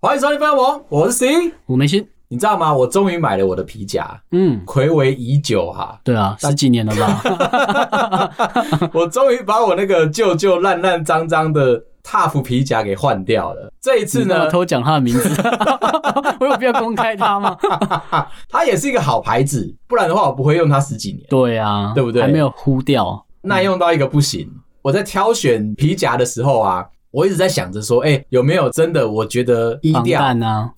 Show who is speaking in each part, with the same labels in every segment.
Speaker 1: 欢迎收听《分王》，我是 C。
Speaker 2: 我没心。
Speaker 1: 你知道吗？我终于买了我的皮夹，
Speaker 2: 嗯，
Speaker 1: 暌违已久哈、
Speaker 2: 对啊，十几年 了吧？
Speaker 1: 我终于把我那个旧旧烂烂脏脏的 Tough 皮夹给换掉了。这一次
Speaker 2: 你干嘛
Speaker 1: 呢，
Speaker 2: 偷讲他的名字， 我有必要公开他吗？
Speaker 1: 它也是一个好牌子，不然的话我不会用它十几年。
Speaker 2: 对啊，
Speaker 1: 对不对
Speaker 2: 还没有呼掉。
Speaker 1: 耐用到一个不行。我在挑选皮夹的时候啊，我一直在想着说，哎、有没有真的我觉得低
Speaker 2: 防
Speaker 1: 调、
Speaker 2: 弹啊，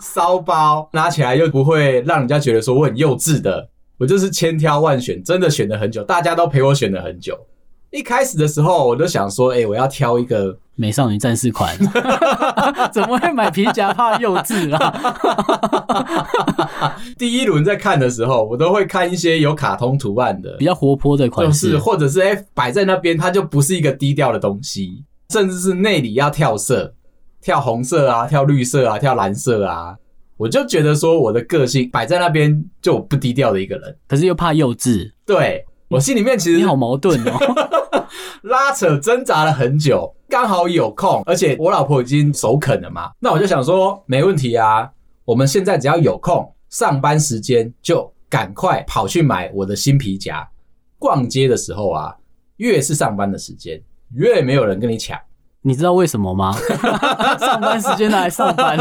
Speaker 1: 骚包，拿起来又不会让人家觉得说我很幼稚的。我就是千挑万选，真的选了很久，大家都陪我选了很久。一开始的时候，我就想说，哎、我要挑一个，
Speaker 2: 美少女战士款， 怎么会买皮夹怕幼稚啊？
Speaker 1: 第一轮在看的时候，我都会看一些有卡通图案的
Speaker 2: 比，较活泼的款
Speaker 1: 就
Speaker 2: 式
Speaker 1: 是，或者是哎摆、在那边，它就不是一个低调的东西，甚至是内里要跳色，跳红色啊，跳绿色啊，跳蓝色啊。我就觉得说我的个性摆在那边就我不低调的一个人，
Speaker 2: 可是又怕幼稚，
Speaker 1: 对我心里面其
Speaker 2: 你
Speaker 1: 实
Speaker 2: 好矛盾 哦。
Speaker 1: 拉扯挣扎了很久，刚好有空，而且我老婆已经首肯了嘛，那我就想说没问题啊，我们现在只要有空，上班时间就赶快跑去买我的新皮夹。逛街的时候啊，越是上班的时间，越没有人跟你抢。
Speaker 2: 你知道为什么吗？ 上班时间拿来上班，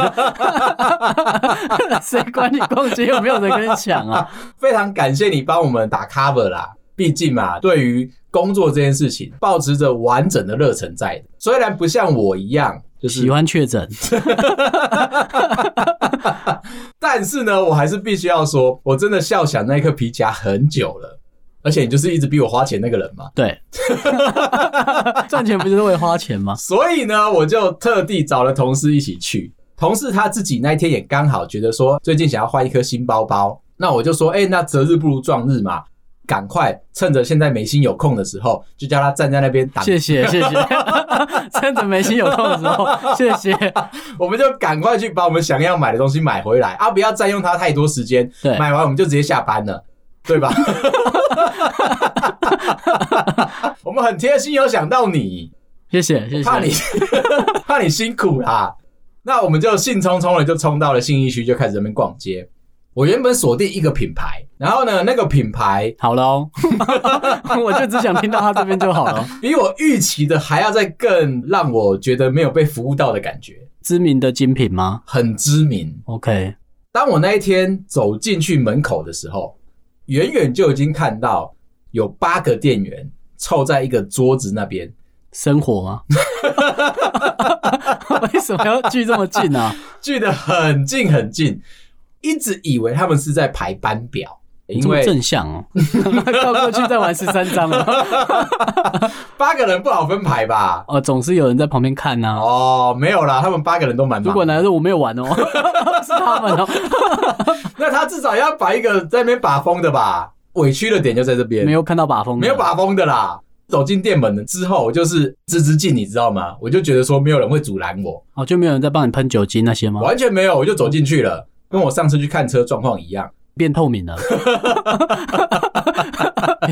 Speaker 2: 谁管你逛街有没有人跟你抢啊？
Speaker 1: 非常感谢你帮我们打 cover 啦，毕竟嘛，对于工作这件事情，保持着完整的热忱在的，虽然不像我一样，就是
Speaker 2: 喜欢确诊，
Speaker 1: 但是呢，我还是必须要说，我真的笑想那一颗皮夹很久了，而且你就是一直逼我花钱那个人嘛，
Speaker 2: 对，赚钱不就是为花钱吗？
Speaker 1: 所以呢，我就特地找了同事一起去。同事他自己那一天也刚好觉得说，最近想要换一颗新包包，那我就说，哎、那择日不如撞日嘛，赶快趁着现在美心有空的时候，就叫他站在那边挡
Speaker 2: 谢谢谢 谢，趁着没心有空的时候， 谢谢。
Speaker 1: 我们就赶快去把我们想要买的东西买回来啊！不要占用它太多时间，
Speaker 2: 对
Speaker 1: 买完我们就直接下班了，对 吧？我们很贴心，有想到你，
Speaker 2: 谢谢谢谢，
Speaker 1: 怕你 怕你辛苦啦。那我们就兴冲冲的就冲到了信义区，就开始在那边逛街。我原本锁定一个品牌，然后呢，那个品牌
Speaker 2: 好了哦， 我就只想听到他这边就好了。哦
Speaker 1: 比我预期的还要再更让我觉得没有被服务到的感觉，
Speaker 2: 知名的精品吗
Speaker 1: 很知名。
Speaker 2: ？OK，
Speaker 1: 当我那一天走进去门口的时候，远远就已经看到有八个店员凑在一个桌子那边，
Speaker 2: 生活吗？ 为什么要距这么近啊？
Speaker 1: 距得很近很近，一直以为他们是在排班表，因
Speaker 2: 这么
Speaker 1: 为
Speaker 2: 正向哦， 靠过去再玩十三张了。
Speaker 1: 八个人不好分排吧。
Speaker 2: 哦，总是有人在旁边看呐、啊。
Speaker 1: 哦，没有啦，他们八个人都蛮忙的。
Speaker 2: 如果男的我没有玩哦， 是他们哦，
Speaker 1: 那他至少要摆一个在那边把风的吧？委屈的点就在这边，
Speaker 2: 没有看到把风
Speaker 1: 没
Speaker 2: 的，
Speaker 1: 有把风的啦。走进店门了之后，我就是直直进，你知道吗？我就觉得说没有人会阻拦我，
Speaker 2: 哦，就没有人在帮你喷酒精那些吗？
Speaker 1: 完全没有，我就走进去了，跟我上次去看车状况一样。
Speaker 2: 变透 明了，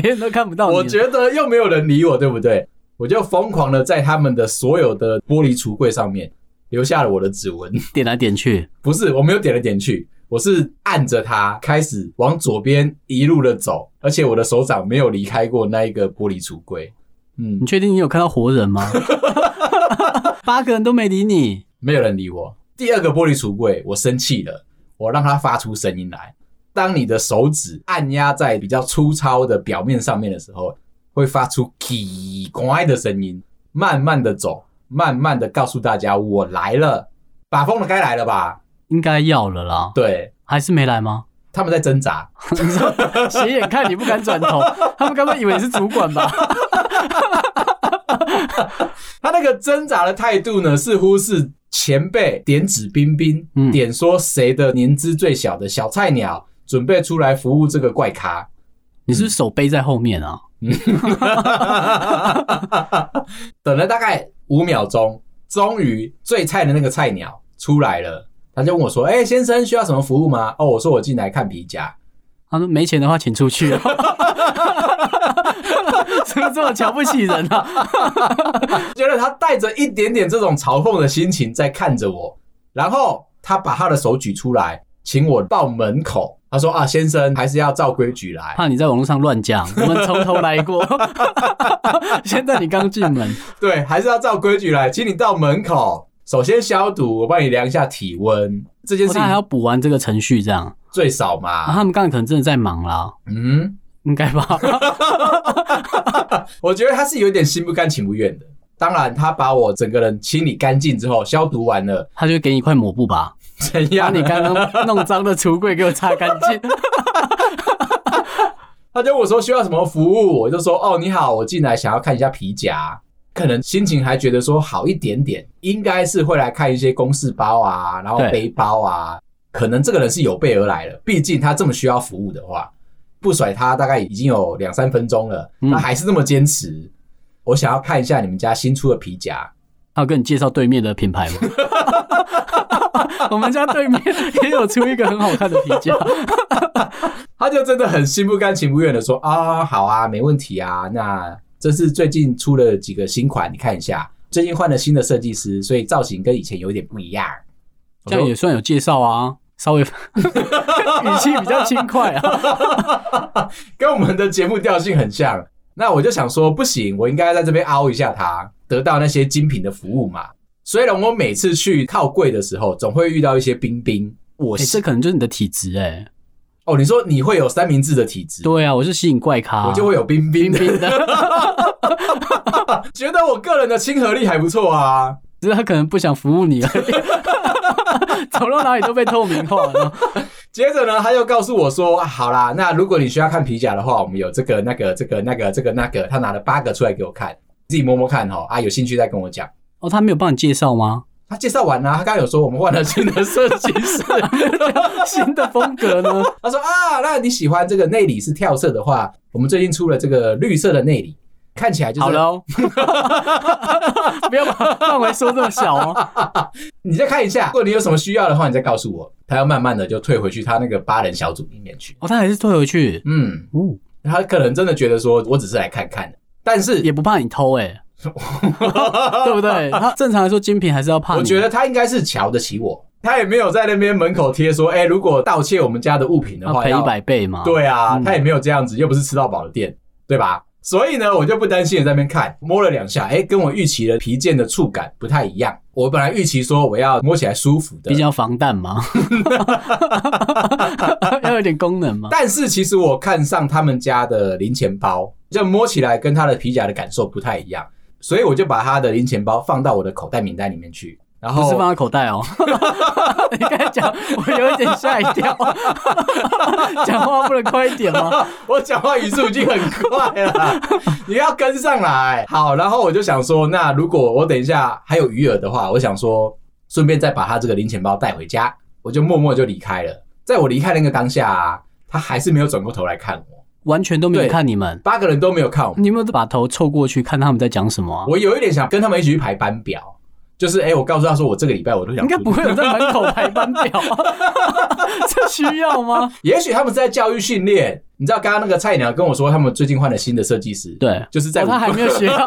Speaker 2: 别人都看不到哦你了。
Speaker 1: 我觉得又没有人理我，对不对？我就疯狂的在他们的所有的玻璃橱柜上面留下了我的指纹。
Speaker 2: 点来点去，
Speaker 1: 不是，我没有点来点去，我是按着它开始往左边一路的走，而且我的手掌没有离开过那一个玻璃橱柜。嗯
Speaker 2: 你，确定你有看到活人吗？ 八个人都没理你，
Speaker 1: 没有人理我。第二个玻璃橱柜，我生气了，我让它发出声音来。当你的手指按压在比较粗糙的表面上面的时候，会发出奇怪的声音，慢慢的走，慢慢的告诉大家我来了，把风的该来了吧？
Speaker 2: 应该要了啦，
Speaker 1: 对，
Speaker 2: 还是没 来吗？
Speaker 1: 他们在挣扎，
Speaker 2: 斜眼看你不敢转头，他们该不会以为你是主 管吧？
Speaker 1: 他那个挣扎的态度呢，似乎是前辈点指兵兵，
Speaker 2: 嗯
Speaker 1: 点说谁的年资最小的小菜鸟，准备出来服务这个怪咖。
Speaker 2: 你是不是手背在后面啊？
Speaker 1: 等了大概五秒钟，终于最菜的那个菜鸟出来了，他就问我说：“哎、先生需要什么服务吗？”哦，我说我进来看皮夹，
Speaker 2: 他说没钱的话，请出 去、啊。怎么这么瞧不起人啊？
Speaker 1: 觉得他带着一点点这种嘲讽的心情在看着我，然后他把他的手举出来，请我到门口。他说：“啊，先生，还是要照规矩来。
Speaker 2: 怕你在网络上乱讲，我们从头 来过。现在你刚进门，
Speaker 1: 对，还是要照规矩来，请你到门口，首先消毒，我帮你量一下体温，这件
Speaker 2: 哦
Speaker 1: 事
Speaker 2: 他还要
Speaker 1: 情
Speaker 2: 补完这个程序，这样。
Speaker 1: 最少嘛。
Speaker 2: 啊，他们刚才可能真的在忙啦，
Speaker 1: 嗯，
Speaker 2: 应该吧？
Speaker 1: 我觉得他是有点心不甘情不愿的。当然，他把我整个人清理干净之后，消毒完了，
Speaker 2: 他就给你一块抹布吧，
Speaker 1: 怎
Speaker 2: 把
Speaker 1: 样？
Speaker 2: 你刚刚弄脏的橱柜给我擦干净。
Speaker 1: 他就问我说需要什么服务，我就说哦你好，我进来想要看一下皮夹，可能心情还觉得说好一点点，应该是会来看一些公事包啊，然后
Speaker 2: 对
Speaker 1: 背包啊，可能这个人是有备而来的，毕竟他这么需要服务的话，不甩他大概已经有两三分钟了，
Speaker 2: 嗯
Speaker 1: 他还是这么坚持。我想要看一下你们家新出的皮夹，
Speaker 2: 他有跟你介绍对面的品牌吗？ 我们家对面也有出一个很好看的皮夹，
Speaker 1: 他就真的很心不甘情不愿的说啊，好啊，没问题啊。那这是最近出了几个新款，你看一下。最近换了新的设计师，所以造型跟以前有一点不一样。我
Speaker 2: 这样
Speaker 1: 说
Speaker 2: 也算有介绍啊，稍微语气比较轻快啊。
Speaker 1: 跟我们的节目调性很像。那我就想说，不行，我应该在这边凹一下他，得到那些精品的服务嘛。虽然我每次去靠柜的时候，总会遇到一些冰冰。我
Speaker 2: 哎、
Speaker 1: 是、
Speaker 2: 这可能就是你的体质哎、
Speaker 1: 哦，你说你会有三明治的体质，
Speaker 2: 对啊，我是啊吸引怪咖，
Speaker 1: 我就会有冰冰
Speaker 2: 冰
Speaker 1: 的，
Speaker 2: 冰的，
Speaker 1: 觉得我个人的亲和力还不错啊。
Speaker 2: 只是他可能不想服务你而已。走到哪里都被透明化了，
Speaker 1: 接着呢，他又告诉我说、啊：“好啦，那如果你需要看皮夹的话，我们有这个、那个、这个、那个、这个、那个。”他拿了八个出来给我看，自己摸摸看哈。啊，有兴趣再跟我讲。
Speaker 2: 哦，他没有帮你介绍吗？
Speaker 1: 他介绍完啦、他刚刚有说我们换了新的设计师，
Speaker 2: 新的风格呢？
Speaker 1: 他说啊，那你喜欢这个内里是跳色的话，我们最近出了这个绿色的内里，看起来就
Speaker 2: 好
Speaker 1: 是
Speaker 2: 了哦， 不要把范围缩这么小哦。
Speaker 1: 你再看一下，如果你有什么需要的话，你再告诉我。他要慢慢的就退回去他那个八人小组里面去。
Speaker 2: 哦，他还是退回去，
Speaker 1: 嗯，
Speaker 2: 哦，
Speaker 1: 他可能真的觉得说我只是来看看的，但是
Speaker 2: 也不怕你 偷哎、对不对？他正常来说，精品还是要怕你。
Speaker 1: 我觉得他应该是瞧得起我，他也没有在那边门口贴说，哎、如果盗窃我们家的物品的
Speaker 2: 要
Speaker 1: 话，
Speaker 2: 啊赔
Speaker 1: 要
Speaker 2: 一百倍嘛。，
Speaker 1: 对啊，
Speaker 2: 嗯
Speaker 1: 他也没有这样子，又不是吃到饱的店，对吧？所以呢，我就不担心的在那边看，摸了两下，哎、跟我预期的皮件的触感不太一样。我本来预期说我要摸起来舒服的
Speaker 2: 比，较防弹嘛， 要有点功能嘛。
Speaker 1: 但是其实我看上他们家的零钱包，就摸起来跟他的皮夹的感受不太一样，所以我就把他的零钱包放到我的口袋名单里面去，然
Speaker 2: 不
Speaker 1: 后
Speaker 2: 是放在口袋哦， 你刚才讲，我有一点吓一 跳。讲话不能快一点吗？
Speaker 1: 我讲话语速已经很快了，你要跟上 来。好，然后我就想说，那如果我等一下还有余额的话，我想说顺便再把他这个零钱包带回家，我就默默就离开了。在我离开那个当下、啊，他还是没有转过头来看我，
Speaker 2: 完全都没有
Speaker 1: 对
Speaker 2: 看你们，
Speaker 1: 八个人都没有看我。
Speaker 2: 你有没有把头凑过去看他们在讲什么啊？
Speaker 1: 我有一点想跟他们一起去排班表，就是哎、我告诉他说我这个礼拜我都想
Speaker 2: 应该不
Speaker 1: 出去，
Speaker 2: 会有在门口排班表 啊，这需要吗？
Speaker 1: 也许他们是在教育训练。你知道刚刚那个菜鸟跟我说，他们最近换了新的设计师，，
Speaker 2: 对，
Speaker 1: 就是在
Speaker 2: 哦
Speaker 1: 我
Speaker 2: 他还没有学 到，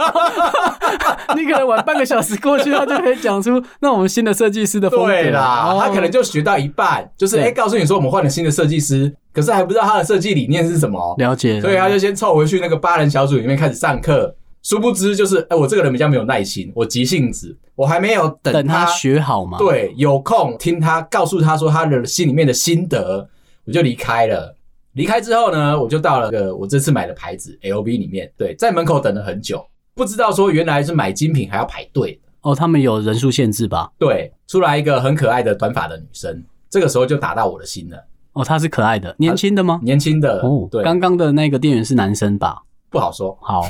Speaker 2: 你可能晚半个小时过去，他就可以讲出那我们新的设计师的风格。
Speaker 1: 对啦，
Speaker 2: 哦
Speaker 1: 他可能就学到一半，就是哎、
Speaker 2: 对
Speaker 1: 诶告诉你说我们换了新的设计师，可是还不知道他的设计理念是什么，
Speaker 2: 了解了，
Speaker 1: 所以他就先凑回去那个八人小组里面开始上课。殊不知就是，哎、我这个人比较没有耐心，我急性子，我还没有等
Speaker 2: 等他学好嘛。，
Speaker 1: 对有空听他告诉他说他的心里面的心得，我就离开了。离开之后呢，我就到了个我这次买的牌子 LV 里面，对，在门口等了很久，不知道说原来是买精品还要排队。
Speaker 2: 哦，他们有人数限制吧？
Speaker 1: 对，出来一个很可爱的短发的女生，这个时候就打到我的心了。
Speaker 2: 哦，他是可爱的，年轻的吗？
Speaker 1: 年轻的，
Speaker 2: 哦，
Speaker 1: 对，
Speaker 2: 刚刚的那个店员是男生吧？
Speaker 1: 不好说。
Speaker 2: 好，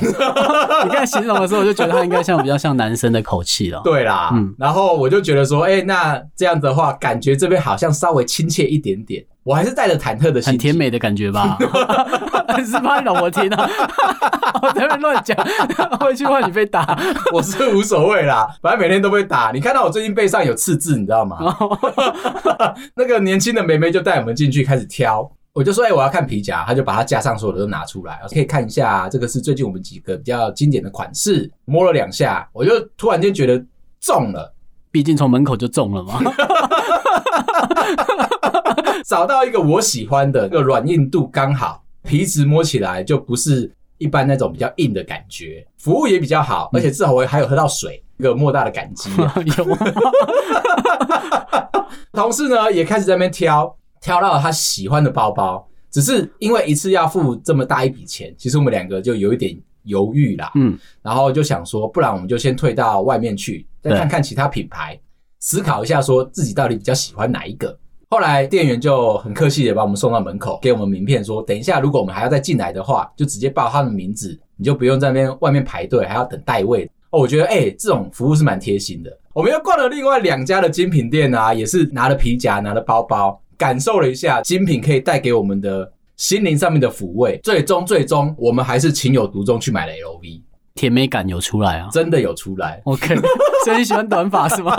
Speaker 2: 你看形容的时候，我就觉得他应该像比较像男生的口气了。
Speaker 1: 对啦，
Speaker 2: 嗯
Speaker 1: 然后我就觉得说，哎、那这样的话，感觉这边好像稍微亲切一点点。我还是带着忐忑的心情，
Speaker 2: 很甜美的感觉吧， 是怕你老婆听啊， 我在那边乱讲， 回去怕你被打。
Speaker 1: 我是无所谓啦，反正每天都被打。你看到我最近背上有刺字，你知道吗？ 那个年轻的妹妹就带我们进去开始挑。我就说，哎、我要看皮夹，她就把她架上所有的都拿出来，可以看一下，这个是最近我们几个比较经典的款式。摸了两下，我就突然间觉得中了，
Speaker 2: 毕竟从门口就中了嘛，
Speaker 1: 找到一个我喜欢的，那个软硬度刚好，皮质摸起来就不是一般那种比较硬的感觉，服务也比较好，而且至少我还有喝到水，一个莫大的感激啊、
Speaker 2: 有
Speaker 1: 同事呢也开始在那边挑，挑到了他喜欢的包包，只是因为一次要付这么大一笔钱，其实我们两个就有一点犹豫啦，
Speaker 2: 嗯，
Speaker 1: 然后就想说，不然我们就先退到外面去，再
Speaker 2: 对
Speaker 1: 看看其他品牌，思考一下说自己到底比较喜欢哪一个。后来店员就很客气的把我们送到门口，给我们名片说，等一下如果我们还要再进来的话，就直接报他的名字，你就不用在那边外面排队，还要等待位。哦，我觉得哎、这种服务是蛮贴心的。我们又逛了另外两家的精品店啊，也是拿了皮夹，拿了包包，感受了一下精品可以带给我们的心灵上面的抚慰。最终最终，我们还是情有独钟去买了 LV。
Speaker 2: 甜美感有出来啊。
Speaker 1: 真的有出来。
Speaker 2: OK，所以你喜欢短发是吗？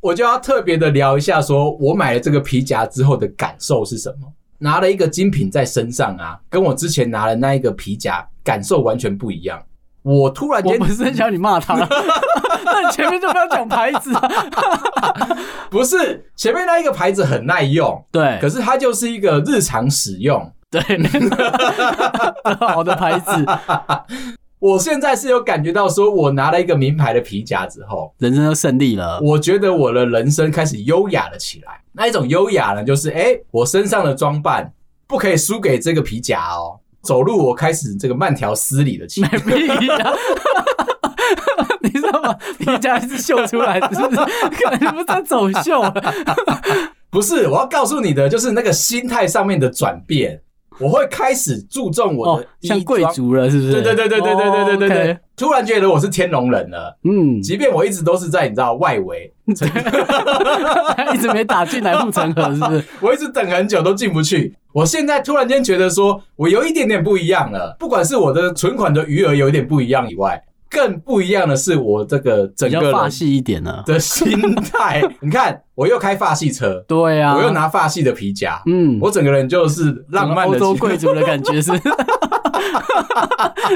Speaker 1: 我就要特别的聊一下，说我买了这个皮夹之后的感受是什么。拿了一个精品在身上啊，跟我之前拿的那一个皮夹感受完全不一样。我突然
Speaker 2: 我
Speaker 1: 间
Speaker 2: 不是很想你骂他， 那你前面就不要讲牌子啊。
Speaker 1: 不是前面那一个牌子很耐用，
Speaker 2: 对
Speaker 1: 可，是它就是一个日常使用。
Speaker 2: 对， 好的牌子，
Speaker 1: 我现在是有感觉到，说我拿了一个名牌的皮夹之后，
Speaker 2: 人生都胜利了。
Speaker 1: 我觉得我的人生开始优雅了起来。那一种优雅呢，就是哎、诶我身上的装扮不可以输给这个皮夹哦。走路我开始这个慢条斯理的起来，
Speaker 2: 皮夹， 你知道吗？皮夹是秀出来的，是不是？ 感觉不是在走秀了。
Speaker 1: 不是我要告诉你的，就是那个心态上面的转变，我会开始注重我
Speaker 2: 哦
Speaker 1: 的，衣
Speaker 2: 像贵
Speaker 1: 装。
Speaker 2: 族了，是不是？
Speaker 1: 对对对对对对对对对对
Speaker 2: 哦，OK
Speaker 1: 突然觉得我是天龙人了，
Speaker 2: 嗯，
Speaker 1: 即便我一直都是在你知道外围，
Speaker 2: 他一直没打进来护城河，是不是？
Speaker 1: 我一直等很久都进不去。我现在突然间觉得说，我有一点点不一样了。不管是我的存款的余额有一点不一样以外，更不一样的是我这个 整
Speaker 2: 比
Speaker 1: 个
Speaker 2: 较发
Speaker 1: 人
Speaker 2: 系一点啊呢。
Speaker 1: 的心 态。你看，我又开发系车，
Speaker 2: 对啊，
Speaker 1: 我又拿发系的皮夹，
Speaker 2: 嗯，
Speaker 1: 我整个人就是浪漫的
Speaker 2: 欧洲
Speaker 1: 起来。
Speaker 2: 贵族的感觉是。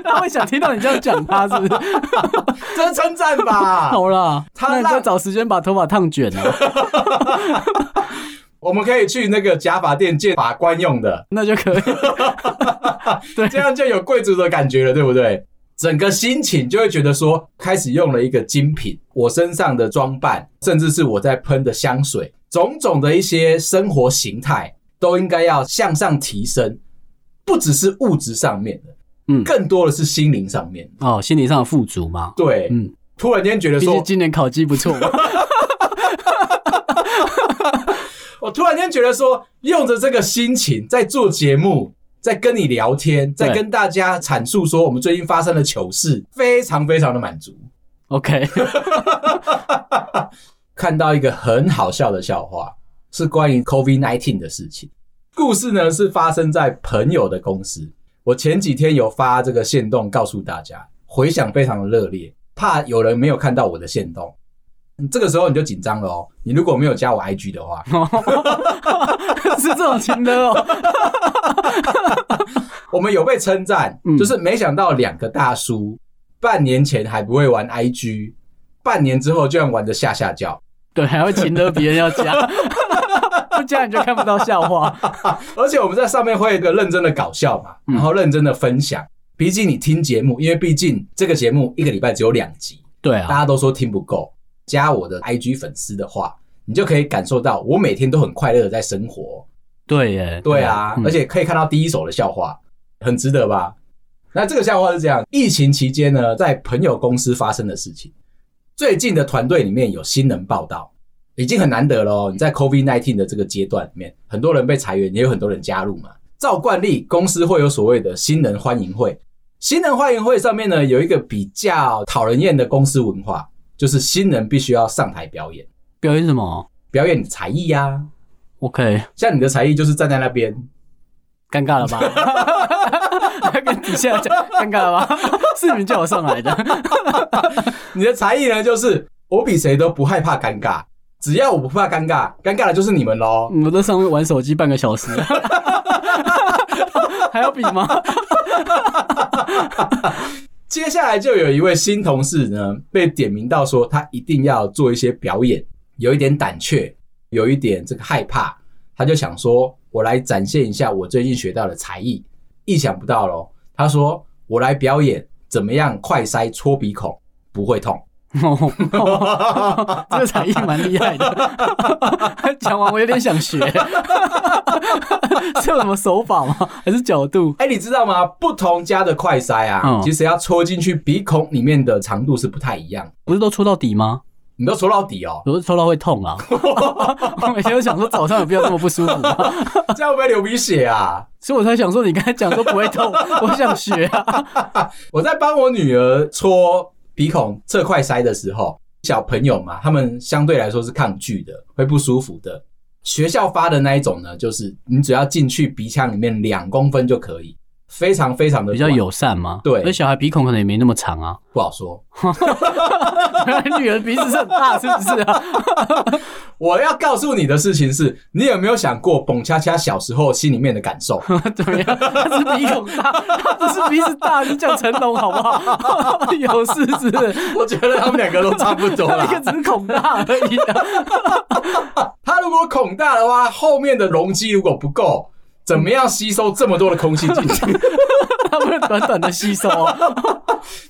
Speaker 2: 他会想听到你这样讲他，是不是？
Speaker 1: 这是称赞吧？
Speaker 2: 好啦，
Speaker 1: 他
Speaker 2: 那你
Speaker 1: 让
Speaker 2: 就找时间把头发烫卷啊了，
Speaker 1: 我们可以去那个假发店借法官用的，
Speaker 2: 那就可以。
Speaker 1: 这样就有贵族的感觉了，对不对？整个心情就会觉得说，开始用了一个精品，我身上的装扮，甚至是我在喷的香水，种种的一些生活形态，都应该要向上提升，不只是物质上面的，
Speaker 2: 嗯
Speaker 1: 更多的是心灵上面的。
Speaker 2: 哦，心理上的富足嘛。
Speaker 1: 对，
Speaker 2: 嗯，
Speaker 1: 突然间觉得
Speaker 2: 毕竟
Speaker 1: 说，
Speaker 2: 今年烤鸡不错嘛。
Speaker 1: 我哦突然间觉得说，用着这个心情在做节目，在跟你聊天，在
Speaker 2: 对
Speaker 1: 跟大家阐述说我们最近发生的糗事，非常非常的满足。
Speaker 2: OK，
Speaker 1: 看到一个很好笑的笑话，是关于 COVID 1 9的事情。故事呢是发生在朋友的公司。我前几天有发这个线动告诉大家，回响非常的热烈，怕有人没有看到我的线动。嗯这个时候你就紧张了哦。你如果没有加我 IG 的话，
Speaker 2: 是这种情的哦。
Speaker 1: 我们有被称赞，
Speaker 2: 嗯
Speaker 1: 就是没想到两个大叔半年前还不会玩 IG，半年之后居然玩的下下叫，
Speaker 2: 对，还会情的别人要加， 不加你就看不到笑话。
Speaker 1: 而且我们在上面会有一个认真的搞笑嘛，
Speaker 2: 嗯
Speaker 1: 然后认真的分享。毕竟你听节目，因为毕竟这个节目一个礼拜只有两集，
Speaker 2: 对
Speaker 1: 大
Speaker 2: 啊，
Speaker 1: 家都说听不够。加我的 IG 粉丝的话，你就可以感受到我每天都很快乐的在生活。
Speaker 2: 对耶，
Speaker 1: 对啊，
Speaker 2: 嗯
Speaker 1: 而且可以看到第一手的笑话，很值得吧？那这个笑话是这样：疫情期间呢，在朋友公司发生的事情，最近的团队里面有新人报道，哦已经很难得喽。你在 COVID 1 9的这个阶段里面，很多人被裁员，也有很多人加入嘛。照惯例，公司会有所谓的新人欢迎会。新人欢迎会上面呢，有一个比较讨人厌的公司文化，就是新人必须要上台表演，
Speaker 2: 表演什么
Speaker 1: 表演你才艺呀、
Speaker 2: ？OK，
Speaker 1: 像你的才艺就是站在那边，
Speaker 2: 尴尬了吧？ 跟底下讲尴尬了吧？ 是你们叫我上来的，
Speaker 1: 你的才艺呢就是我比谁都不害怕尴尬，只要我不怕尴尬，尴尬的就是你们喽。
Speaker 2: 我在上面玩手机半个小时， 还要比吗？
Speaker 1: 接下来就有一位新同事呢，被点名到说他一定要做一些表演，有一点胆怯，有一点这个害怕，他就想说，我来展现一下我最近学到的才艺。意想不到咯，他说我来表演怎么样快塞戳鼻孔不会痛。
Speaker 2: 哦，这个才艺蛮厉害的。 讲完我有点想学， 是有什么手法吗？还是角度？
Speaker 1: 哎、你知道吗？不同家的快塞啊，
Speaker 2: 嗯
Speaker 1: 其实要戳进去鼻孔里面的长度是不太一样。
Speaker 2: 不是都戳到底吗？，
Speaker 1: 你都戳到底哦
Speaker 2: 有时候戳到会痛啊。 我每天都想说早上有必要那么不舒服吗？
Speaker 1: 这样会不会流鼻血啊？
Speaker 2: 所以我才想说你刚才讲说不会痛，我想学啊。
Speaker 1: 我在帮我女儿戳鼻孔测快塞的时候，小朋友嘛，他们相对来说是抗拒的，会不舒服的。学校发的那一种呢，就是你只要进去鼻腔里面两公分就可以，非常非常的
Speaker 2: 比较
Speaker 1: 短
Speaker 2: 友善吗？
Speaker 1: 对
Speaker 2: 而且小孩鼻孔可能也没那么长啊。
Speaker 1: 不好说。
Speaker 2: 女儿鼻子是很大，是不是啊？
Speaker 1: 我要告诉你的事情是，你有没有想过蹦恰恰小时候心里面的感 受？
Speaker 2: 怎么样？啊她是鼻孔大，她不是鼻子大。你讲成龙好不好？ 有事是不是？
Speaker 1: 我觉得他们两个都差不多
Speaker 2: 他
Speaker 1: 啦
Speaker 2: 那。个只是孔大而已、啊。
Speaker 1: 它如果孔大的话，后面的容积如果不够，怎么样吸收这么多的空气进去？
Speaker 2: 他们短短的吸收、 哦，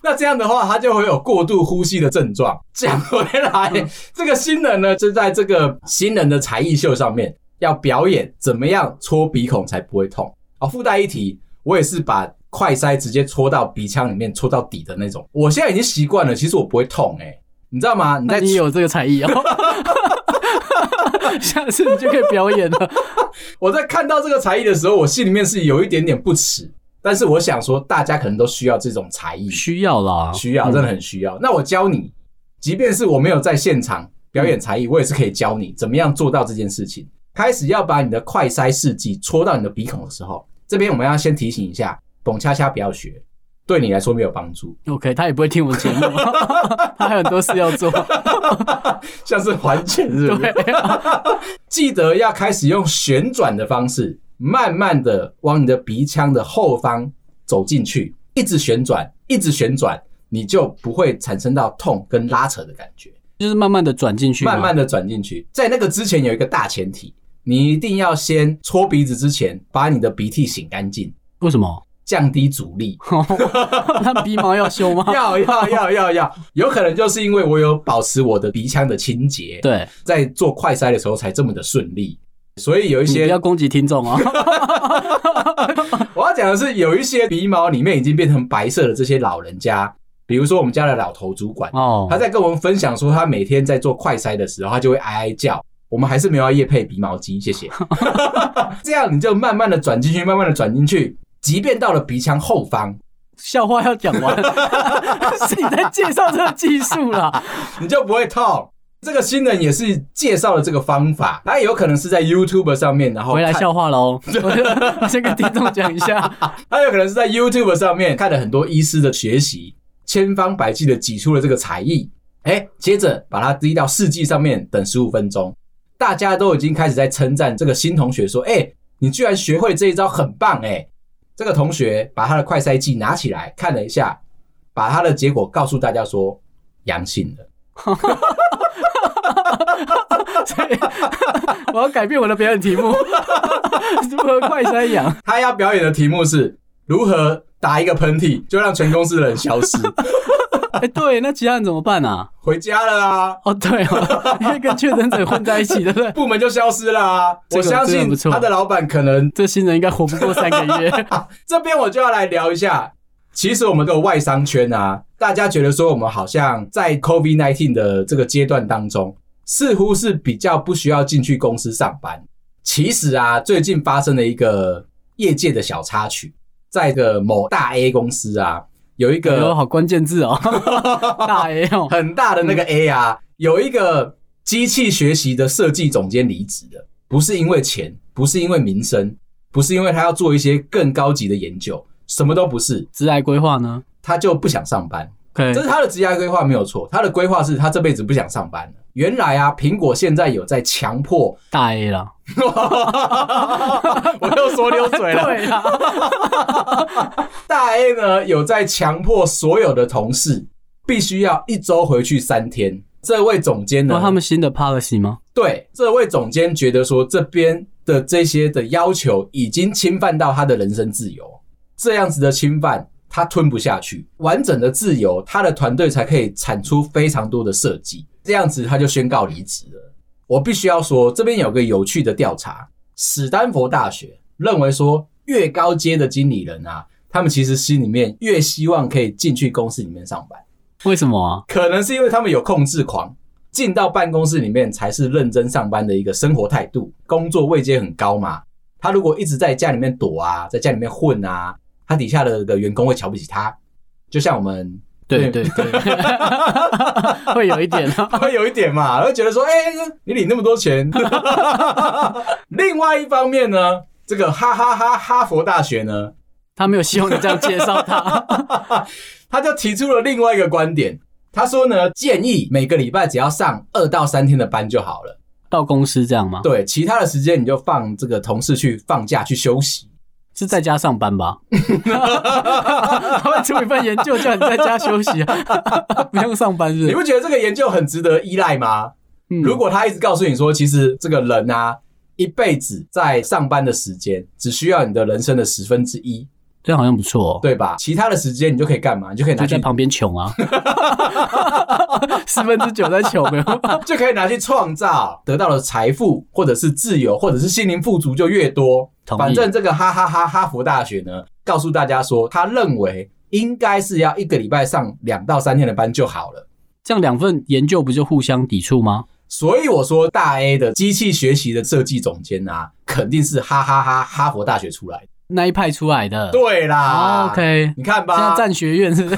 Speaker 1: 那这样的话，他就会有过度呼吸的症状。嗯讲回来，这个新人呢，就在这个新人的才艺秀上面要表演怎么样戳鼻孔才不会痛。啊，附带一提，我也是把快塞直接戳到鼻腔里面，戳到底的那种。我现在已经习惯了，其实我不会痛哎、你知道吗？你在
Speaker 2: 你有这个才艺哦。 下次你就可以表演了。
Speaker 1: 我在看到这个才艺的时候，我心里面是有一点点不耻，但是我想说，大家可能都需要这种才艺，
Speaker 2: 需要啦，
Speaker 1: 需要，真的很需要。那我教你，即便是我没有在现场表演才艺，我也是可以教你怎么样做到这件事情。开始要把你的快塞试剂戳到你的鼻孔的时候，这边我们要先提醒一下，蹦恰恰不要学，对你来说没有帮助。
Speaker 2: OK，他也不会听我们节目， 他还有很多事要做。
Speaker 1: 像是还钱是不是？
Speaker 2: 对，
Speaker 1: 记得要开始用旋转的方式，慢慢的往你的鼻腔的后方走进去，一直旋转，一直旋转，你就不会产生到痛跟拉扯的感觉。
Speaker 2: 就是慢慢的转进去嘛，
Speaker 1: 慢慢的转进去。在那个之前有一个大前提，你一定要先搓鼻子之前，把你的鼻涕擤干净，
Speaker 2: 为什么？
Speaker 1: 降低阻力。
Speaker 2: 那鼻毛要修吗？
Speaker 1: 要要要要要，有可能就是因为我有保持我的鼻腔的清洁，
Speaker 2: 对，
Speaker 1: 在做快塞的时候才这么的顺利。所以有一
Speaker 2: 你不
Speaker 1: 些
Speaker 2: 要攻击听众哦。
Speaker 1: 我要讲的是，有一些鼻毛里面已经变成白色的这些老人家，比如说我们家的老头主管，
Speaker 2: 哦
Speaker 1: 他，在跟我们分享说，他每天在做快筛的时候，他就会哀哀叫。我们还是没有要夜配鼻毛机，谢 谢。这样你就慢慢的转进去，慢慢的转进去，即便到了鼻腔后方，
Speaker 2: 笑话要讲完， 是你在介绍这个技术啦。
Speaker 1: 你就不会痛。这个新人也是介绍了这个方法，他也有可能是在 YouTube 上面，然后
Speaker 2: 回来
Speaker 1: 看
Speaker 2: 笑话喽， 我先跟听众讲一下。
Speaker 1: 他有可能是在 YouTube 上面看了很多医师的学习，千方百计的挤出了这个才艺，哎，接着把它滴到试剂上面，等十五分钟，大家都已经开始在称赞这个新同学说，哎，你居然学会这一招，很棒哎。这个同学把他的快筛剂拿起来看了一下，把他的结果告诉大家说阳性了。
Speaker 2: 所以我要改变我的表演题目， 如何快 山羊？
Speaker 1: 他要表演的题目是如何打一个喷嚏就让全公司的人消失，
Speaker 2: 哎、对，那其他人怎么办啊？
Speaker 1: 回家了啊。
Speaker 2: 哦，对哦，因为跟确诊者混在一起，对不 对？
Speaker 1: 部门就消失了啊！
Speaker 2: 这
Speaker 1: 我
Speaker 2: 个
Speaker 1: 相
Speaker 2: 这个
Speaker 1: 信
Speaker 2: 不错
Speaker 1: 他的老板可能
Speaker 2: 这新人应该活不过三个 月。
Speaker 1: 啊这边我就要来聊一下。其实我们这个外商圈啊，大家觉得说我们好像在 COVID 1 9的这个阶段当中，似乎是比较不需要进去公司上班。其实啊，最近发生了一个业界的小插曲，在一个某大 A 公司啊，有一
Speaker 2: 哎呦，
Speaker 1: 个
Speaker 2: 好关 键字哦，大 A 哦，
Speaker 1: 很大的那个 A 啊，有一个机器学习的设计总监离职的，不是因为钱，不是因为名声，不是因为他要做一些更高级的研究，什么都不是，
Speaker 2: 职涯规划呢
Speaker 1: 他就不想上班。
Speaker 2: ？OK，
Speaker 1: 这是他的职业规划没有错，他的规划是他这辈子不想上班了。原来啊，苹果现在有在强迫，
Speaker 2: 大 A 啦，
Speaker 1: 我又说溜嘴 了。
Speaker 2: 对啦，
Speaker 1: 啊大 A 呢有在强迫所有的同事必须要一周回去三天。这位总监呢，
Speaker 2: 那他们新的 policy 吗？
Speaker 1: 对这位总监觉得说这边的这些的要求已经侵犯到他的人身自由，这样子的侵犯他吞不下去，完整的自由，他的团队才可以产出非常多的设计，这样子他就宣告离职了。我必须要说，这边有个有趣的调查，史丹佛大学认为说，越高阶的经理人啊，他们其实心里面越希望可以进去公司里面上班。
Speaker 2: 为什么啊？
Speaker 1: 可能是因为他们有控制狂，进到办公室里面才是认真上班的一个生活态度，工作位阶很高嘛。他如果一直在家里面躲啊，在家里面混啊，他底下的的员工会瞧不起他。就像我们
Speaker 2: 对
Speaker 1: 对
Speaker 2: 对对， 会有一点啊。
Speaker 1: 会有一点嘛，会觉得说，哎、你领那么多钱。 另外一方面呢，这个哈哈哈哈佛大学呢，
Speaker 2: 他没有希望你这样介绍他，
Speaker 1: 他就提出了另外一个观点，他说呢，建议每个礼拜只要上二到三天的班就好了。
Speaker 2: 到公司这样吗？
Speaker 1: 对，其他的时间你就放这个同事去放假去休息。
Speaker 2: 是在家上班 吧？他们出一份研究叫你在家休息 啊，不用上班是不
Speaker 1: 你
Speaker 2: 是？
Speaker 1: 不觉得这个研究很值得依赖吗？
Speaker 2: 嗯
Speaker 1: 如果他一直告诉你说，其实这个人啊，一辈子在上班的时间只需要你的人生的十分之一，
Speaker 2: 这样好像不错哦，
Speaker 1: 对吧？其他的时间你就可以干嘛？你就可以拿
Speaker 2: 就
Speaker 1: 去
Speaker 2: 在，旁边穷 啊，四分之九在穷，没啊有？
Speaker 1: 就可以拿去创造得到的财富，或者是自由，或者是心灵富足就越多。
Speaker 2: 同意
Speaker 1: 反正这个哈哈哈哈佛大学呢，告诉大家说，他认为应该是要一个礼拜上两到三天的班就好了。
Speaker 2: 这样两份研究不就互相抵触吗？
Speaker 1: 所以我说，大 A 的机器学习的设计总监啊，肯定是哈哈哈哈佛大学出来的。
Speaker 2: 那一派出来的，
Speaker 1: 对啦、
Speaker 2: 哦，OK，
Speaker 1: 你看
Speaker 2: 现在
Speaker 1: 吧。
Speaker 2: 占学院 是不是？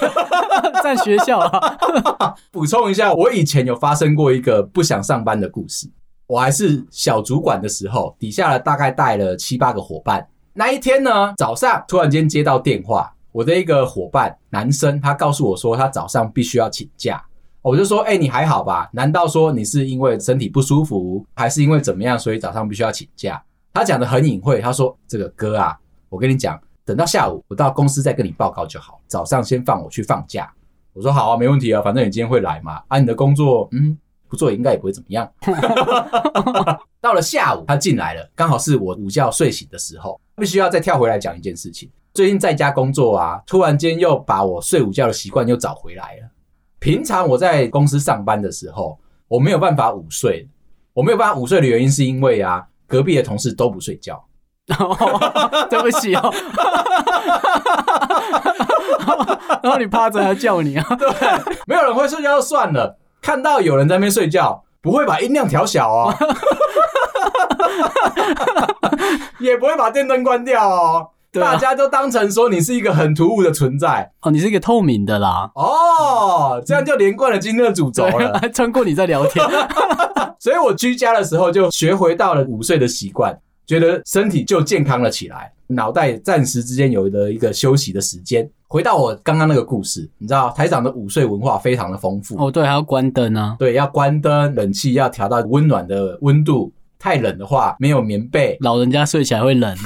Speaker 2: 占学校啊？
Speaker 1: 补充一下，我以前有发生过一个不想上班的故事。我还是小主管的时候，底下大概带了七八个伙伴。那一天呢，早上突然间接到电话，我的一个伙伴男生，他告诉我说他早上必须要请假。我就说，哎、你还好吧？难道说你是因为身体不舒服，还是因为怎么样，所以早上必须要请假？他讲的很隐晦，他说：“这个哥啊，我跟你讲，等到下午我到公司再跟你报告就好，早上先放我去放假。”我说：“好啊，没问题啊，反正你今天会来嘛，啊，你的工作，嗯，不做应该也不会怎么样。” 到了下午，他进来了，刚好是我午觉睡醒的时候，必须要再跳回来讲一件事情。最近在家工作啊，突然间又把我睡午觉的习惯又找回来了。平常我在公司上班的时候，我没有办法午睡，我没有办法午睡的原因是因为啊，隔壁的同事都不睡觉。
Speaker 2: 对不起哦。然后你趴着还叫你啊？
Speaker 1: 没有人会睡觉就算了，看到有人在那边睡觉，不会把音量调小 哦，也不会把电灯关掉哦。
Speaker 2: 对啊
Speaker 1: 大家都当成说你是一个很突兀的存在
Speaker 2: 哦，你是一个透明的啦，
Speaker 1: 哦，
Speaker 2: 嗯
Speaker 1: 这样就连贯了今天的主轴了。
Speaker 2: 还穿过你在聊天，
Speaker 1: 所以我居家的时候就学回到了午睡的习惯，觉得身体就健康了起来，脑袋暂时之间有了一个休息的时间。回到我刚刚那个故事，你知道台长的午睡文化非常的丰富
Speaker 2: 哦，对，还要关灯啊。
Speaker 1: 对，要关灯，冷气要调到温暖的温度。太冷的话，没有棉被
Speaker 2: 老人家睡起来会冷，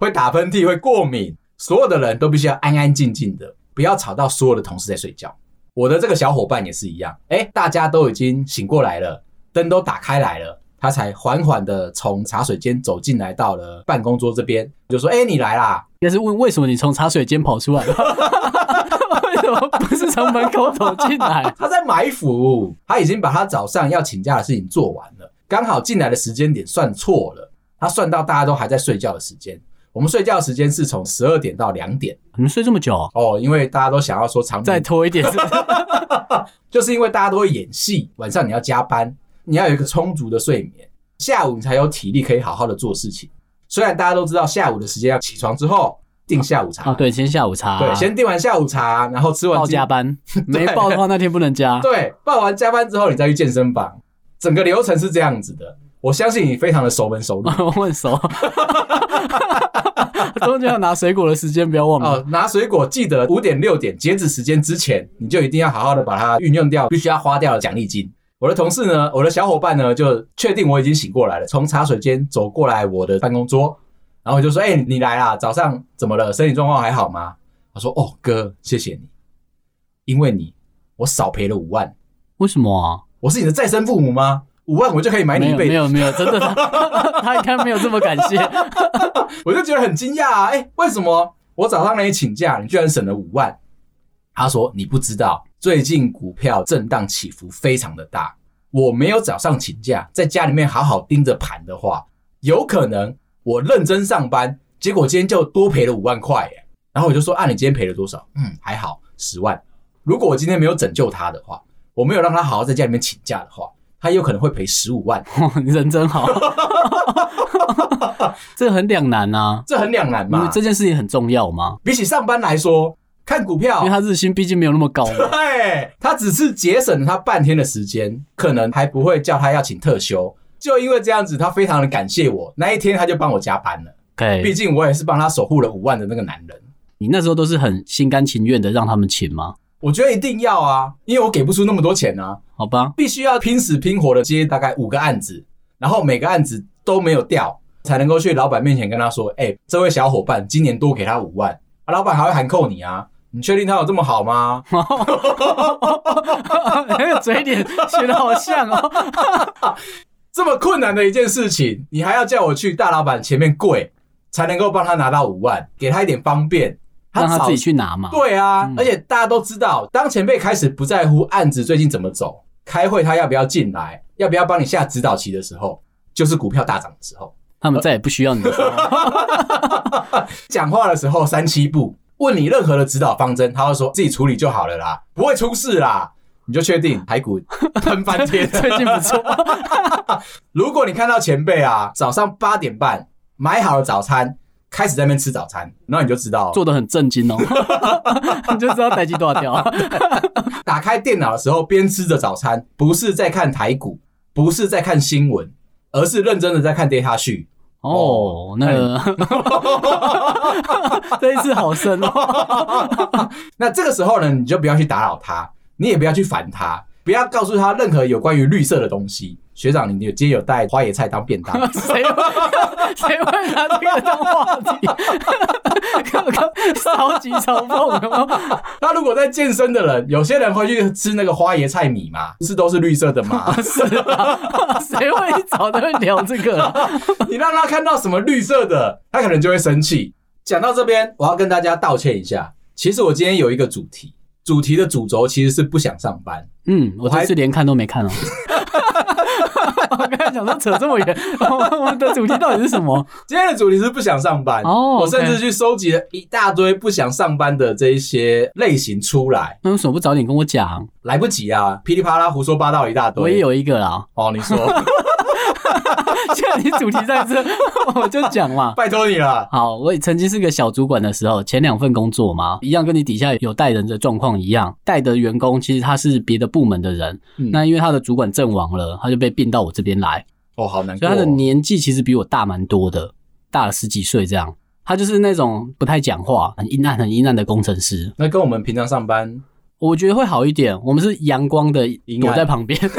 Speaker 1: 会打喷嚏，会过敏。所有的人都必须要安安静静的，不要吵到所有的同事在睡觉。我的这个小伙伴也是一样，哎，大家都已经醒过来了，灯都打开来了，他才缓缓的从茶水间走进来，到了办公桌这边，就说：“哎，你来啦
Speaker 2: 应该是问为什么你从茶水间跑出来吧？ 为什么不是从门口走进！”来？
Speaker 1: 他在埋伏，他已经把他早上要请假的事情做完了，刚好进来的时间点算错了，他算到大家都还在睡觉的时间。我们睡觉的时间是从十二点到两点
Speaker 2: 你们睡这么久哦，
Speaker 1: 哦，因为大家都想要说长
Speaker 2: 再
Speaker 1: 眠
Speaker 2: 拖 一点是不是
Speaker 1: 就是因为大家都会演戏，晚上你要加班，你要有一个充足的睡眠，下午你才有体力可以好好的做事情。虽然大家都知道下午的时间要起床之后订下午茶，
Speaker 2: 啊，对，先下午茶，
Speaker 1: 对，先订完下午茶，然后吃完
Speaker 2: 报
Speaker 1: 鸡
Speaker 2: 加 班，没
Speaker 1: 对
Speaker 2: 报的话那天不能 加。
Speaker 1: 对，报完加班之后你再去健身房，整个流程是这样子的。我相信你非常的熟门熟路
Speaker 2: 我很熟，中间要拿水果的时间不要忘了。
Speaker 1: 哦。拿水果记得五点六点截止时间之前，你就一定要好好的把它运用掉，必须要花掉的奖励金。我的同事呢，我的小伙伴呢，就确定我已经醒过来了，从茶水间走过来我的办公桌，然后我就说：“哎、你来啦，早上怎么了？身体状况还好吗？”他说：“哦，哥，谢谢你，因为你我少赔了五万，
Speaker 2: 为什么啊？
Speaker 1: 我是你的再生父母吗？五万我就可以买
Speaker 2: 没
Speaker 1: 你一
Speaker 2: 有
Speaker 1: 辈
Speaker 2: 没
Speaker 1: 子。”
Speaker 2: 有没有，真的， 他他应该没有这么感 谢。哦
Speaker 1: 我就觉得很惊讶啊！哎、为什么我早上让你请假，你居然省了五万？他说你不知道，最近股票震荡起伏非常的大，我没有早上请假，在家里面好好盯着盘的话，有可能我认真上班，结果今天就多赔了五万块耶。然后我就说，啊，你今天赔了多少？嗯，还好，十万。如果我今天没有拯救他的话，我没有让他好好在家里面请假的话，他有可能会赔十五万，
Speaker 2: 哇你人 真好，这很两难啊。
Speaker 1: 这很两难
Speaker 2: 因为
Speaker 1: 嘛。
Speaker 2: 这件事情很重要吗？
Speaker 1: 比起上班来说，看股票
Speaker 2: 因为他日薪毕竟没有那么高嘛。
Speaker 1: 对，他只是节省了他半天的时间，可能还不会叫他要请特休。就因为这样子，他非常的感谢我，那一天他就帮我加班了。毕
Speaker 2: OK，
Speaker 1: 竟我也是帮他守护了五万的那个男人，
Speaker 2: 你那时候都是很心甘情愿的让他们请吗？
Speaker 1: 我觉得一定要啊，因为我给不出那么多钱啊，
Speaker 2: 好 吧，
Speaker 1: 必须要拼死拼活的接大概五个案子，然后每个案子都没有掉，才能够去老板面前跟他说：“哎、这位小伙伴，今年多给他五万。”啊，老板还会函扣你啊，你确定他有这么好吗？
Speaker 2: 那个嘴脸学的好像哦。
Speaker 1: 这么困难的一件事情，你还要叫我去大老板前面跪，才能够帮他拿到五万，给他一点方便。
Speaker 2: 让他
Speaker 1: 早
Speaker 2: 自己去拿嘛。
Speaker 1: 对啊，
Speaker 2: 嗯
Speaker 1: 而且大家都知道，当前辈开始不在乎案子最近怎么走，开会他要不要进来，要不要帮你下指导期的时候，就是股票大涨的时候。
Speaker 2: 他们再也不需要你的 时候。
Speaker 1: 讲话的时候三七步，问你任何的指导方针，他会说自己处理就好了啦，不会出事啦。你就确定台股喷翻天，
Speaker 2: 最近不错，
Speaker 1: 如果你看到前辈啊，早上八点半买好了早餐，开始在那边吃早餐，然后你就知道，
Speaker 2: 做的很震惊哦， 你就知道台积多 少掉。
Speaker 1: 打开电脑的时候边吃着早餐，不是在看台股，不是在看新闻，而是认真的在看 data 序。
Speaker 2: 哦，那
Speaker 1: 哎
Speaker 2: 个 这一次好深哦。
Speaker 1: 那这个时候呢，你就不要去打扰他，你也不要去烦他，不要告诉他任何有关于绿色的东西。学长，你有今天有带花椰菜当 便当吗？
Speaker 2: 谁会谁会拿这个当话题？ 刚刚超级嘲讽有没有，
Speaker 1: 那如果在健身的人，有些人会去吃那个花椰菜米嘛，是都是绿色的嘛？
Speaker 2: 是啊，谁会一早就会聊这个啊？
Speaker 1: 你让他看到什么绿色的，他可能就会生气。讲到这边，我要跟大家道歉一下。其实我今天有一个主题，主题的主轴其实是不想上班。
Speaker 2: 嗯，我这次连看都没看哦。 我刚才想说扯这么远，我们的主题到底是什么？
Speaker 1: 今天的主题是不想上班
Speaker 2: 哦
Speaker 1: 我
Speaker 2: OK
Speaker 1: 甚至去收集了一大堆不想上班的这一些类型出来，
Speaker 2: 那为什么不早点跟我讲？
Speaker 1: 来不及啊，噼里啪啦胡说八道一大堆。
Speaker 2: 我也有一个 啦。
Speaker 1: 哦，你说，
Speaker 2: 既然你主题在这， 我就讲嘛。
Speaker 1: 拜托你了。
Speaker 2: 好，我也曾经是个小主管的时候，前两份工作嘛，一样跟你底下有带人的状况一样，带的员工其实他是别的部门的人，
Speaker 1: 嗯
Speaker 2: 那因为他的主管阵亡了，他就被并到我这边来，
Speaker 1: 哦，好难
Speaker 2: 所
Speaker 1: 过哦。
Speaker 2: 以他的年纪其实比我大蛮多的，大了十几岁这样。他就是那种不太讲话、很阴暗、很阴暗的工程师，
Speaker 1: 那跟我们平常上班，
Speaker 2: 我觉得会好一点。我们是阳光的
Speaker 1: 阴暗
Speaker 2: 躲在旁边，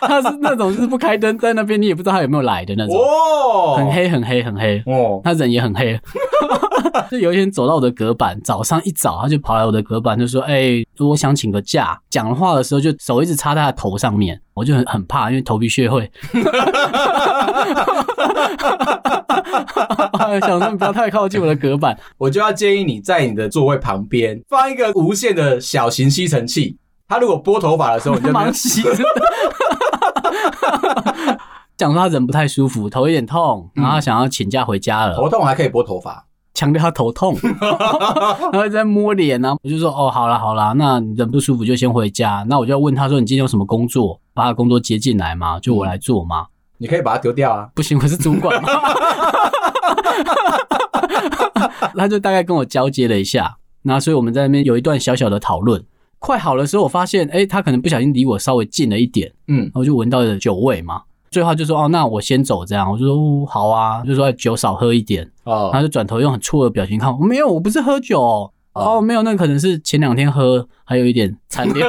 Speaker 2: 他是那种就是不开灯在那边，你也不知道他有没有来的那种。
Speaker 1: 哦，
Speaker 2: 很，黑很黑很黑，
Speaker 1: 哦，
Speaker 2: 他人也很黑。 就有一天走到我的隔板，早上一早他就跑来我的隔板，就说：“哎、我想请个假。”讲话的时候就手一直插在他的头上面，我就很很怕，因为头皮屑会。 想说你不要太靠近我的隔板，
Speaker 1: 我就要建议你在你的座位旁边放一个无线的小型吸尘器。它如果拨头发的时候，你就
Speaker 2: 忙洗。讲说他人不太舒服，头有点痛，然后他想要请假回家了。
Speaker 1: 头痛还可以拨头发。
Speaker 2: 强调他头痛，然后在摸脸啊，我就说哦，好啦好啦，那你人不舒服就先回家。那我就要问他说，你今天有什么工作？把他的工作接进来嘛，就我来做嘛。
Speaker 1: 你可以把它丢掉啊。
Speaker 2: 不行，我是主管嘛。他就大概跟我交接了一下，那所以我们在那边有一段小小的讨论。快好的时候，我发现，哎、他可能不小心离我稍微近了一点，
Speaker 1: 嗯
Speaker 2: 然，后就闻到了酒味嘛。最后他就说：“哦，那我先走。”这样，我就说：“哦，好啊。”就说哎酒少喝一点，然后
Speaker 1: 哦，
Speaker 2: 就转头用很错愕的表情看我，没有，我不是喝酒哦。
Speaker 1: 哦
Speaker 2: 哦，没有，那可能是前两天喝，还有一点残留。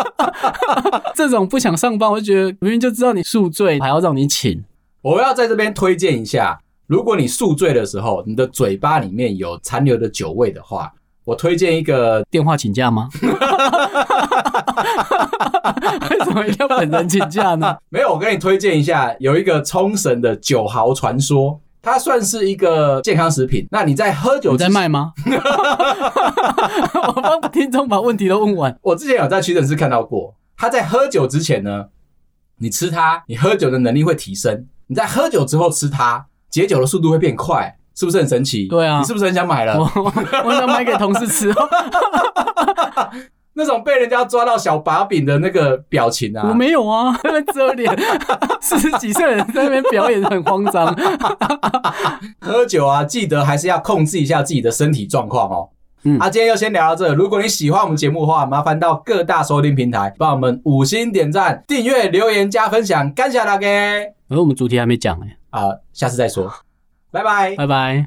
Speaker 2: 这种不想上班，我就觉得明明就知道你宿醉，还要让你请，
Speaker 1: 我要在这边推荐一下，如果你宿醉的时候，你的嘴巴里面有残留的酒味的话，我推荐一个
Speaker 2: 电话请假吗？ 为什么一定要本人请假呢？
Speaker 1: 没有，我跟你推荐一下，有一个冲绳的酒豪传说，它算是一个健康食品。那你在喝酒
Speaker 2: 有
Speaker 1: 之
Speaker 2: 在
Speaker 1: 前，
Speaker 2: 卖吗？ 我帮听众把问题都问完。
Speaker 1: 我之前有在屈臣氏看到过，它在喝酒之前呢，你吃它，你喝酒的能力会提升；你在喝酒之后吃它，解酒的速度会变快，是不是很神奇？
Speaker 2: 对啊
Speaker 1: 你是不是很想买了
Speaker 2: 我？我想买给同事吃，哦
Speaker 1: 那种被人家抓到小把柄的那个表情啊，
Speaker 2: 我没有啊，遮脸， 四十几岁的人在那边表演很慌张。
Speaker 1: 喝酒啊，记得还是要控制一下自己的身体状况哦。
Speaker 2: 嗯
Speaker 1: 啊，今天就先聊到这。如果你喜欢我们节目的话，麻烦到各大收听平台帮我们五星点赞、订阅、留言、加分享，感谢大家。
Speaker 2: 而我们主题还没讲哎、
Speaker 1: 啊、下次再说，拜拜。
Speaker 2: 拜拜。